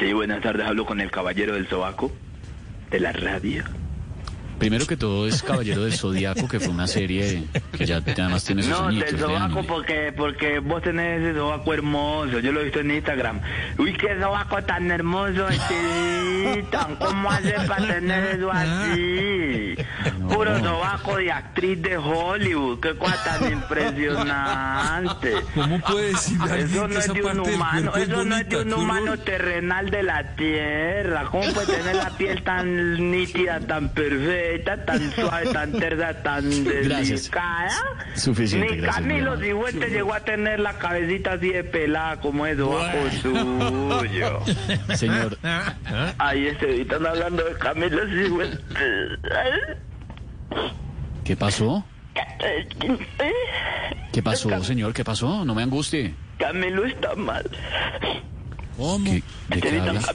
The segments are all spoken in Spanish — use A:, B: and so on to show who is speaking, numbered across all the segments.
A: Sí, buenas tardes. Hablo con el caballero del sobaco, de la radio.
B: Primero que todo es Caballero del Zodíaco, que fue una serie que ya además tiene sus
A: No,
B: añitos
A: del
B: de
A: sobaco
B: anime.
A: porque, porque vos tenés ese sobaco hermoso. Yo lo he visto en Instagram. Uy, qué sobaco tan hermoso, chitan. ¿Cómo haces para tener eso así? Puro sobaco de actriz de Hollywood. Qué cosa tan impresionante.
C: ¿Cómo puede decir alguien
A: Eso
C: que
A: no es
C: esa
A: de un
C: parte del
A: humano,
C: cuerpo es
A: eso no es de
C: bonita?
A: un
C: Qué
A: humano
C: horror.
A: terrenal de la tierra. ¿Cómo puede tener la piel tan nítida, tan perfecta, tan suave, tan tersa, tan
B: Gracias.
A: delicada?
B: Suficiente,
A: Ni
B: gracias, mi
A: Camilo
B: amor.
A: Sigüente llegó a tener la cabecita así de pelada como eso bajo suyo.
B: Señor,
A: Ahí este, están hablando de Camilo Sigüente.
B: ¿qué pasó? ¿Qué pasó, señor? ¿Qué pasó? No me angustie.
A: Camilo está mal.
C: ¿Cómo?
B: ¿Qué- ¿De qué
A: Señorita,
B: hablas?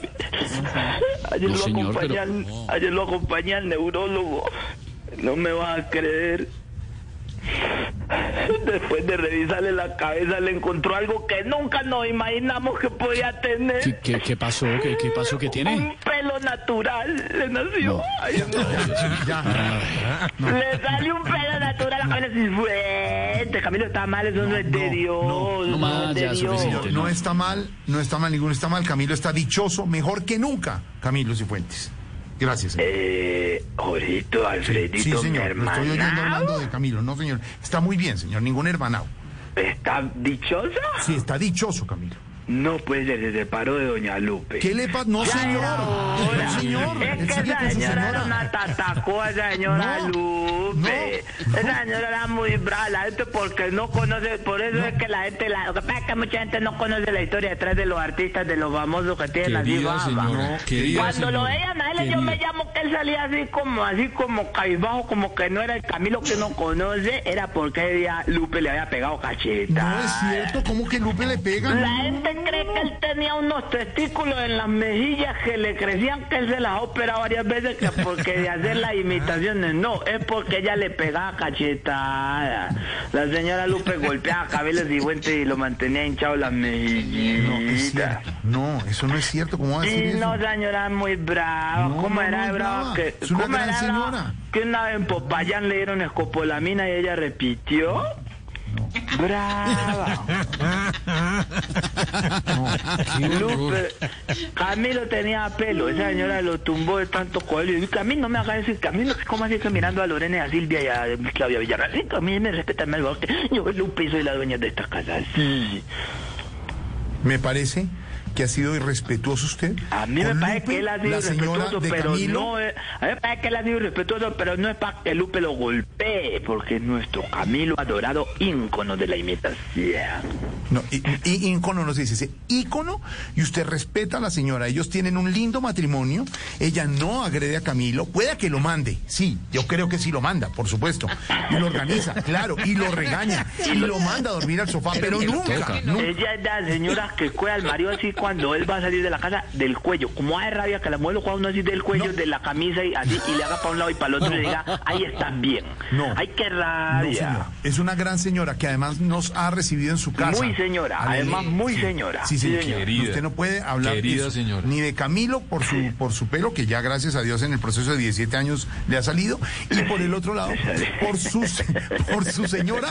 A: Ayer,
B: No,
A: lo
B: señor,
A: acompañé
B: pero-
A: al- ayer lo acompañé al neurólogo. No me vas a creer. Después de revisarle la cabeza, le encontró algo que nunca nos imaginamos que podía tener.
B: ¿Qué, qué- qué pasó? ¿Qué, qué pasó que tiene?
A: Un pelo natural le nació.
B: No.
A: Ay, no. Le sale un pelo natural a Camilo Cifuentes. Camilo está mal, eso no, es de
D: no,
A: Dios.
D: no,
B: no
A: eso es
B: más,
A: de
B: ya,
A: Dios.
B: suficiente.
D: No, no está mal, no está mal, ninguno está mal. Camilo está dichoso, mejor que nunca, Camilo Cifuentes. Gracias. señor.
A: Eh, Jorito, Alfredito,
D: Sí,
A: mi
D: señor, lo
A: hermano.
D: estoy oyendo hablando de Camilo. No, señor, está muy bien, señor, ningún hermanao.
A: ¿Está dichosa?
D: Sí, está dichoso, Camilo.
A: No, pues se se separó de Doña Lupe.
D: ¿Qué le pasa? No,
A: Ya
D: señor.
A: era hora.
D: No, señor.
A: Es
D: Él
A: que
D: sigue
A: esa
D: con su
A: señora era
D: señora.
A: una tatacoa, esa señora
D: No,
A: Lupe. Esa señora era muy brava, la gente porque no conoce, por eso es que la gente, la, lo que pasa es que mucha gente no conoce la historia detrás de los artistas, de los famosos que tienen así
C: Querida
A: baba.
C: señora, querida
A: Cuando lo
C: señora,
A: veían a él, yo me llamo que él salía así como, así como cabizbajo, como que no era el Camilo que uno conoce, era porque había- Lupe le había pegado cacheta.
D: No es cierto, ¿cómo que Lupe le pega?
A: La gente cree que él tenía unos testículos en las mejillas que le crecían, que él se las ha operado varias veces, que porque de hacer las imitaciones, no, es porque ella le pegaba cachetada. La señora Lupe golpeaba cabellos y Sigüente y lo mantenía hinchado las
D: No, es
A: mejillitas.
D: cierto. No, eso no es cierto. ¿Cómo va a decir
A: Sí,
D: eso?
A: no, señora, muy brava.
D: No,
A: ¿Cómo
D: no,
A: era
D: no
A: de
D: es
A: brava
D: brava.
A: que,
D: Es una
A: cómo
D: gran
A: era de brava
D: señora.
A: que una vez en Popayán le dieron escopolamina y ella repitió? Brava. Lupe, Camilo tenía pelo, esa señora lo tumbó de tanto coelho. Y Camilo, no me hagas decir, Camilo, ¿cómo así que mirando a Lorena y a Silvia y a Claudia Villarreal? Sí, Camilo, me respeta el bosque. Yo, Lupe, soy la dueña de esta casa. Sí.
D: Me parece que ha sido irrespetuoso usted.
A: A mí me
D: con
A: parece
D: Lupe,
A: que él ha sido
D: la señora
A: irrespetuoso,
D: de
A: pero
D: Camilo.
A: no es, a mí me parece que él ha sido irrespetuoso, pero no es para que Lupe lo golpee, porque es nuestro Camilo adorado ícono de la imitación.
D: No, y, y- ícono no se dice, dice ícono y usted respeta a la señora. Ellos tienen un lindo matrimonio, ella no agrede a Camilo, pueda que lo mande, sí, yo creo que sí lo manda, por supuesto. Y lo organiza, claro, y lo regaña, y lo manda a dormir al sofá, pero nunca,
B: toca.
D: nunca.
A: Ella es de las señoras que cuelga al marido así cuando él va a salir de la casa del cuello. Como hay rabia que la mujer lo juega uno así del cuello, de la camisa y así, y le haga para un lado y para el otro y le diga, ahí estás bien.
D: No.
A: Ay, qué
D: No, señor.
A: rabia.
D: Es una gran señora que además nos ha recibido en su casa.
A: Muy señora,
D: A ver,
A: además muy señora.
D: Sí,
A: Sí,
D: sí,
A: señor.
C: Querida.
D: Usted no puede hablar de
C: Querida
D: eso,
C: señora.
D: ni de Camilo por su por su pelo que ya gracias a Dios en el proceso de 17 años le ha salido y por el otro lado por su por su señora,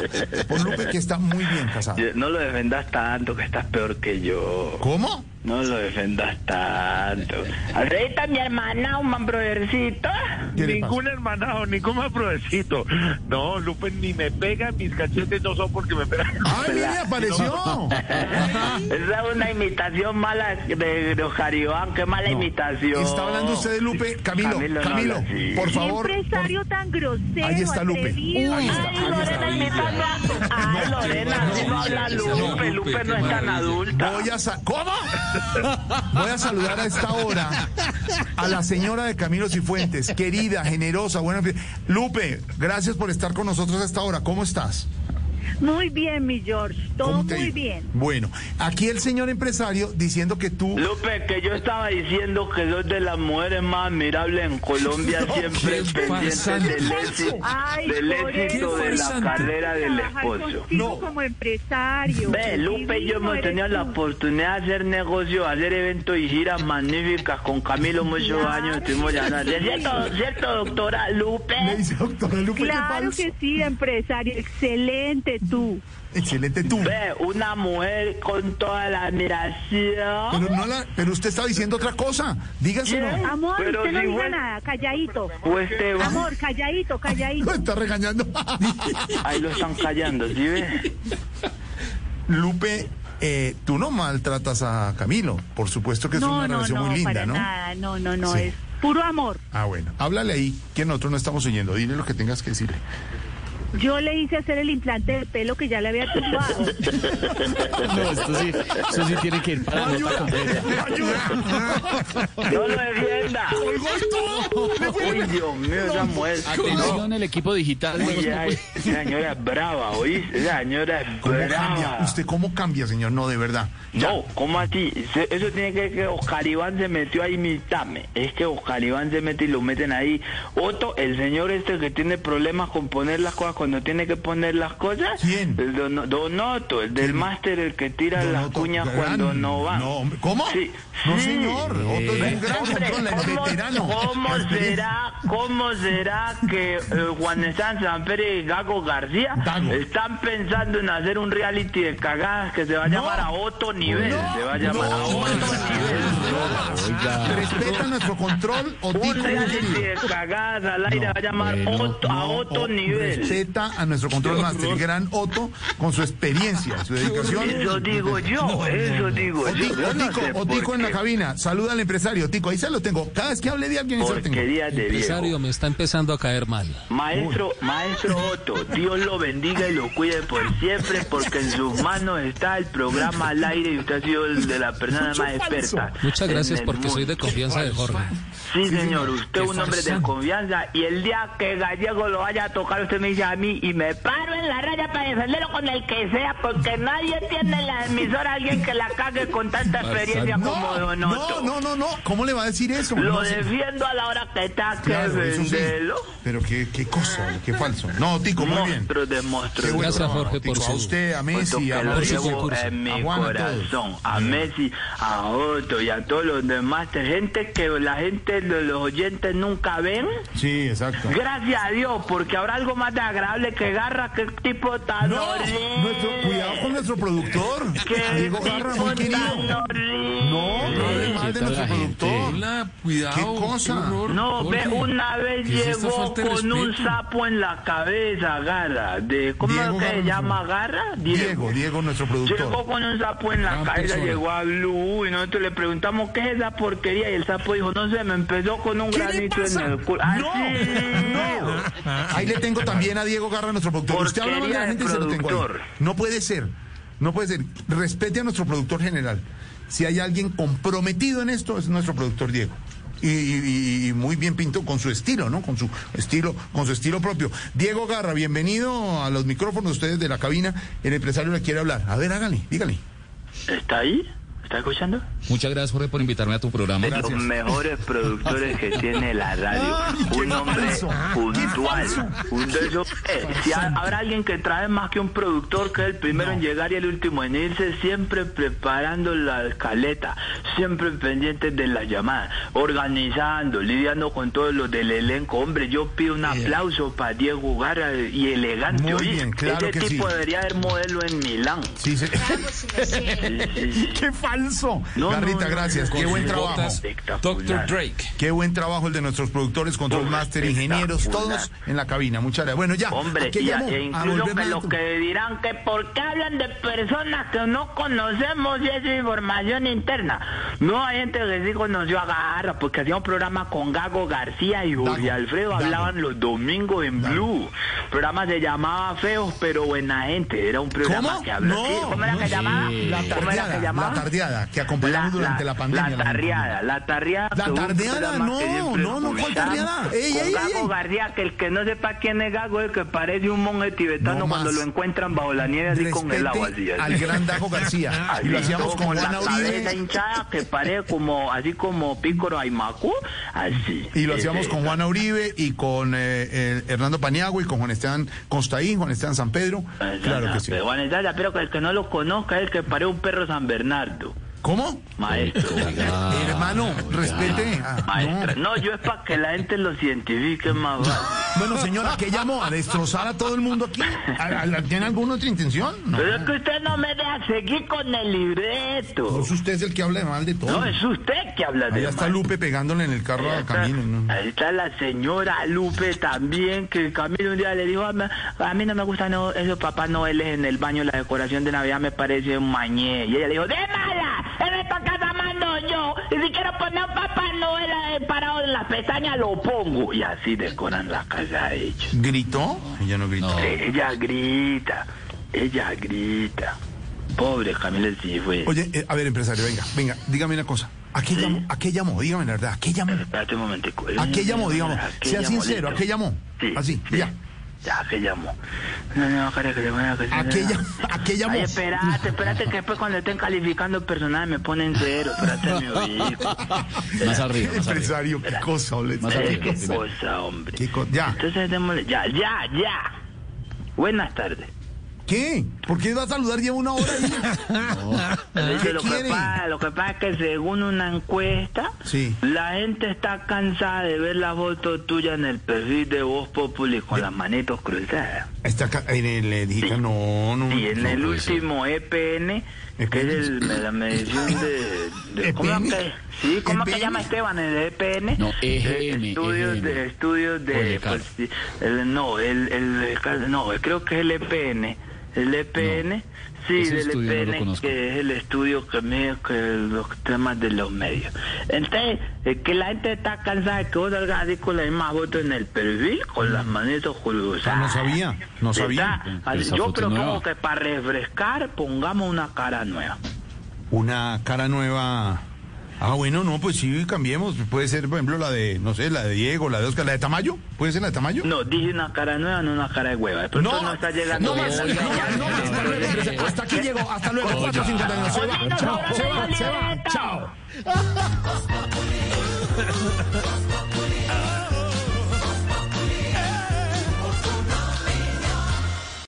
D: por Lupe que está muy bien casada.
A: No lo defendas tanto que estás peor que yo.
D: ¿Cómo?
A: No lo defendas tanto. Ahorita mi hermana, un brodercito.
D: ¿Qué le pasa?
E: Ningún hermanado, ningún más provecito. No, Lupe ni me pega, mis cachetes no son porque me pegan.
D: Ah, mire, apareció.
A: Esa es una imitación mala de, de Oscar Iván, qué mala imitación.
D: Está hablando usted de Lupe, Camilo,
A: Camilo
D: Camilo,
A: no habla así.
D: por favor.
F: Qué empresario tan grosero.
D: Ahí está Lupe.
F: atrevido.
D: Uy,
F: Ay,
A: Ay, Lorena, imitando a... Ay, Ah, Lorena, si no habla Lupe, Lupe no es tan adulta.
D: Voy a sa- ¿Cómo? Voy a saludar a esta hora a la señora de Camilo Cifuentes, querida, generosa, buena. Lupe, gracias por estar con nosotros a esta hora. ¿Cómo estás?
F: Muy bien, mi George. Todo
D: ¿Cómo te
F: muy
D: digo?
F: bien.
D: Bueno, aquí el señor empresario diciendo que tú...
A: Lupe, que yo estaba diciendo que sos de las mujeres más admirables en Colombia, siempre
C: qué
A: pendiente
C: farsante.
A: del éxito,
F: Ay,
A: del
F: por
A: éxito
F: eso
A: de
F: es
A: la
C: farsante.
A: carrera del
F: trabajar
A: esposo.
F: contigo
D: No.
F: como empresario.
A: Ve, Lupe y yo hemos tenido la oportunidad de hacer negocios, hacer eventos y giras magníficas con Camilo muchos
F: Claro.
A: años. Estuvimos ya ¿Cierto, cierto, doctora Lupe?
D: Le dice, doctora Lupe, qué
F: Claro
D: falso.
F: que sí, empresario. Excelente tú.
D: Excelente tú.
A: Ve, una mujer con toda la admiración.
D: Pero, no la- pero usted está diciendo otra cosa. Dígaselo.
A: ¿Quién?
F: Amor,
A: Pero
F: usted no
A: si
F: diga
A: fue-
F: nada. Calladito.
A: Pues te va-
F: Amor, calladito,
D: Lo
F: calladito.
D: está regañando.
A: Ahí lo están callando, ¿sí ves?
D: Lupe, eh, tú no maltratas a Camilo. Por supuesto que es
F: No,
D: una
F: no,
D: relación
F: no,
D: muy linda,
F: para
D: ¿no?
F: nada. No, no, no.
D: Sí.
F: Es puro amor.
D: Ah, bueno. Háblale ahí, que nosotros no estamos oyendo. Dile lo que tengas que decirle.
F: Yo le hice hacer el implante de pelo que ya le había tumbado.
B: No, esto sí, esto sí tiene que ir para la nota completa.
A: ¡No lo defienda! ¡Uy, Dios mío, esa mujer!
B: Atención, el equipo digital.
A: Uy, ya,
B: Voz
A: esa señora es brava, ¿oíste? Esa señora es
D: ¿Cómo cambia?
A: brava.
D: ¿Usted cómo cambia, señor? No, de verdad.
A: No, ¿cómo así? Se- Eso tiene que ver que Oscar Iván se metió a imitarme. Es que Oscar Iván se mete y lo meten ahí. Otto, el señor este que tiene problemas con poner las cosas cuando tiene que poner las cosas.
D: ¿Quién?
A: El don, don Otto, el del
D: ¿Quién?
A: máster, el que tira
D: Don
A: las
D: Otto,
A: cuñas
D: gran-
A: cuando no van.
D: No, hombre, ¿cómo?
A: Sí.
D: No,
A: sí.
D: señor. Otto es un gran
A: Hombre,
D: control, el
A: ¿cómo-
D: veterano.
A: ¿Cómo
D: La experiencia.
A: será, cómo será que eh, Juan Están Sanpere y Gago García
D: Gago.
A: están pensando en hacer un reality de cagadas que se va a
D: No.
A: llamar a otro nivel? se va a llamar a
D: No,
A: otro nivel.
D: Respeta nuestro control,
A: Un
D: Otico.
A: reality de cagadas al aire va a llamar
B: bueno,
A: Otto- a otro nivel.
D: Respeta a nuestro control master, el gran Otto, con su experiencia, su dedicación.
A: Eso digo yo, eso digo yo.
D: Otico,
A: Yo no
D: Otico,
A: sé por
D: Otico en la
A: qué.
D: cabina. Saluda al empresario, Otico. Ahí se lo tengo. Cada vez que hable de alguien, ahí se lo tengo.
A: Porquerías de viejo.
G: Empresario, me está empezando a caer mal.
A: Maestro, maestro Otto, Dios lo bendiga y lo cuide por siempre, porque en sus manos está el programa al aire y usted ha sido el de la persona más experta.
G: Muchas
A: en
G: gracias
A: el
G: porque soy de
A: mundo.
G: confianza de Jorge.
A: Sí, señor, usted
G: Qué
A: es un hombre de
G: farsante.
A: confianza y el día que Gallego lo vaya a tocar, usted me dice a mí y me paro en la raya para defenderlo con el que sea, porque nadie tiene en la emisora a alguien que la cague con tanta experiencia como
D: No,
A: Don Otto.
D: no, no, no, no. ¿Cómo le va a decir eso?
A: Lo
D: No sé.
A: defiendo a la hora que está que
D: Claro, eso sí.
A: venderlo.
D: Pero qué, qué cosa, qué falso. No, Tico, muy bien.
A: Monstruos de monstruos.
D: Qué buen
G: Gracias,
D: trabajo,
G: Jorge, por
D: Tico.
G: su-
D: A usted, a
A: Puesto
D: Messi,
A: que
D: a
A: lo
G: su
D: Mauricio.
A: llevo
G: concurso.
A: en mi
D: A Juan, a todos.
A: corazón, a Messi, a Otto y a todos los demás, gente que la gente, lo- los oyentes nunca ven.
D: Sí, exacto.
A: Gracias a Dios, porque habrá algo más de agradable que Garra, que tipo tan
D: No,
A: horrible.
D: nuestro, cuidado con nuestro productor.
A: Que
D: Diego Garra,
A: tipo
D: muy querido.
A: tan horrible.
D: No, no hable mal de
B: Quieta
D: nuestro
B: la gente.
D: productor.
C: Hola, cuidado.
D: ¿Qué cosa?
C: horror,
A: No,
C: Jorge.
A: ve, una vez
C: ¿Qué es esta
A: llegó
C: falta de
A: con un
C: respeto?
A: sapo en la cabeza, Garra. De, ¿Cómo es
D: Diego
A: que se
D: Garra.
A: llama Garra?
D: Diego, Diego, nuestro
A: Llegó
D: productor.
A: con un sapo en la
D: Ah,
C: Gran
A: cabeza,
C: persona.
A: llegó a Blue y nosotros le preguntamos qué es esa porquería y el sapo dijo, no sé, me empezó con un
D: ¿Qué le
A: granito
D: pasa?
A: en el culo. Ah,
D: No,
A: Así.
D: Ahí le tengo también a Diego Garra, nuestro productor. Usted habla mal de la
A: Porquería
D: gente y
A: de
D: se lo tengo ahí.
A: productor.
D: No puede ser. No puede ser. Respete a nuestro productor general. Si hay alguien comprometido en esto, es nuestro productor Diego. Y, y- y muy bien pinto con su estilo, ¿no? Con su estilo, con su estilo propio. Diego Garra, bienvenido a los micrófonos ustedes de la cabina. El empresario le quiere hablar. A ver, hágale, dígale.
A: ¿Está ahí? ¿Está escuchando?
G: Muchas gracias, Jorge, por invitarme a tu programa.
A: Los mejores productores que tiene la radio. Un hombre
D: falso!
A: puntual. Un de esos- eh, si ha- habrá alguien que trae más que un productor que es el primero en llegar y el último en irse, siempre preparando la escaleta, siempre pendientes de las llamadas, organizando, lidiando con todos los del elenco. Hombre, yo pido un aplauso para Diego Garra y elegante.
D: Eh. Muy
A: ¿oíste?
D: bien, claro
A: Ese
D: que sí.
A: tipo debería ser modelo en Milán.
D: Sí, se-
A: Sí, sí, sí.
D: ¡Qué falso!
A: No,
D: Garrita,
A: no, no,
D: gracias.
C: Con
D: Qué buen
C: sus
D: trabajo.
C: botas,
A: Espectacular.
C: Dr. Drake.
D: Qué buen trabajo el de nuestros productores, control
A: Uf,
D: master, ingenieros, todos
A: espectacular.
D: en la cabina. Muchas gracias. Bueno, ya.
A: Hombre,
D: ¿Qué
A: y, a-
D: llamó?
A: e
D: A
A: incluso
D: volver
A: que
D: a
A: los
D: tu-
A: que dirán que por qué hablan de personas que no conocemos y esa información interna. No hay gente que sí conoció a Garra, porque hacía un programa con Gago García y Jorge
D: Gago,
A: Alfredo,
D: Gago.
A: hablaban los domingos en Blue. El programa se llamaba Feos pero Buena Gente, era un programa
D: ¿Cómo?
A: que hablaba.
D: No,
A: Sí, ¿Cómo era
D: no,
A: que
D: sí.
A: llamaba?
D: La
A: ¿Cómo era que
D: tardeada, la
A: llamaba?
D: tardeada, tardeada que acompañamos durante la, pandemia.
A: La tardeada, la tardeada.
D: La
A: que un
D: tardeada,
A: programa
D: no,
A: que siempre
D: no, no, ¿cuál
A: escuchamos
D: tardeada? Ey,
A: con
D: ey, ey,
A: Gago
D: ey.
A: García, que el que no sepa quién es Gago, el que parece un monje tibetano
D: No
A: cuando
D: más.
A: lo encuentran bajo la nieve así congelado. Así,
D: Respete
A: así.
D: al gran Dago García. Y
A: Así,
D: lo hacíamos
A: todo
D: con
A: la
D: Juana
A: cabeza
D: Uribe.
A: hinchada que parece como, así como Pícoro Aymacu, así. Eh,
D: Y lo hacíamos
A: Ese.
D: con Juana Uribe y con eh, eh, Hernando Paniagua y con Juan Esteban Constaín, Juan Esteban San Pedro. Claro que sí.
A: Eh, Pero Juan Esteban, pero que el que no lo conozca es el que parece un perro San Bernardo,
D: ¿Cómo?
A: maestro.
D: Hermano, respete. Ah,
A: Maestra, no, yo es para que la gente los identifique más vale.
D: no. Bueno, señora, ¿qué llamó? ¿A destrozar a todo el mundo aquí? ¿A- a- ¿Tiene alguna otra intención? No.
A: Pero es que usted no me deja seguir con el libreto.
D: No es Pues usted es el que habla de mal de todo.
A: No, es usted que habla de
D: Allá está
A: mal.
D: Lupe pegándole en el carro
A: Ahí
D: a
A: está-
D: Camilo. ¿no?
A: Ahí está la señora Lupe también, que Camilo un día le dijo, "A mí- a mí no me gustan no, esos papás noeles en el baño, la decoración de Navidad me parece un mañé. Y ella le dijo, ¡de mala! ¡En esta casa mando yo! Y si quiero poner un papá noel eh, parado en las pestañas, lo pongo. Y así decoran la casa de ellos.
D: ¿Gritó? Ella no gritó.
A: Ella grita, ella grita. Pobre Camilo sí fue.
D: Oye, eh, a ver, empresario, venga, venga, dígame una cosa. ¿A qué llamó? ¿A qué llamó? Dígame la verdad, ¿a qué llamó?
A: Espérate un momentico. Eh,
D: ¿A qué llamó, digamos?
A: ¿A qué
D: Sea
A: llamó,
D: sincero, ¿a
A: listo?
D: qué llamó?
A: Sí,
D: Así,
A: sí.
D: ya.
A: Ya, ¿a qué llamó? No, no, cara, que llamó, que-
D: ¿A qué llam- a qué llamó?
A: Ay, espérate, espérate, que después cuando estén calificando el personal me ponen cero. Espérate, me ubico.
B: Más arriba, más arriba.
D: Empresario, qué cosa, ole.
B: Más
A: Ay,
B: arriba.
A: qué cosa, hombre.
D: Qué co- ya.
A: Entonces, démosle- ya, ya, ya. Buenas tardes.
D: ¿Qué? ¿Por qué va a saludar ya una hora ahí?
A: Dice,
D: Ah, ¿Qué
A: lo, que
D: quiere?
A: pasa, lo que pasa es que según una encuesta,
D: Sí.
A: la gente está cansada de ver la foto tuya en el perfil de Voz Populi con las manitos cruzadas.
D: Está acá, en el eh, digital, no, no.
A: Y en
D: no.
A: el
B: puede ser.
A: último EPN, que es el- la medición de... de- ¿Cómo
D: EPN?
A: es que, sí, ¿cómo es que
D: EPN?
A: llama Esteban? El EPN.
B: No, EGM,
A: Eh, Estudios
B: EGM.
A: de... Estudios de
B: Policarpo.
A: pues, sí, el- no, el, el- no, creo que es el EPN. El EPN, sí,
G: ese
A: del
G: estudio no lo
A: EPN,
G: conozco.
A: que es el estudio que mide que los temas de los medios. Entonces, eh, que la gente está cansada de que vos salgas así con la misma foto en el perfil, con las manitos cruzadas.
D: Ah, no sabía, no sabía.
A: ¿Verdad?
B: Pero esa
A: Yo
B: foto
A: propongo
B: nueva.
A: que para refrescar pongamos una cara nueva.
D: Una cara nueva. Ah, bueno, no, pues sí, cambiemos. Puede ser, por ejemplo, la de, no sé, la de Diego, la de Oscar, la de Tamayo. ¿Puede ser la de Tamayo?
A: No, dije una cara nueva, no una cara de hueva. De pronto no, está llegando
D: no
A: bien
D: más,
A: la
D: no
A: señal.
D: más, no más. Hasta luego, empresario. Hasta aquí llegó, hasta luego. 4.59,
F: 啊
D: se va, chao, se va, se va, chao.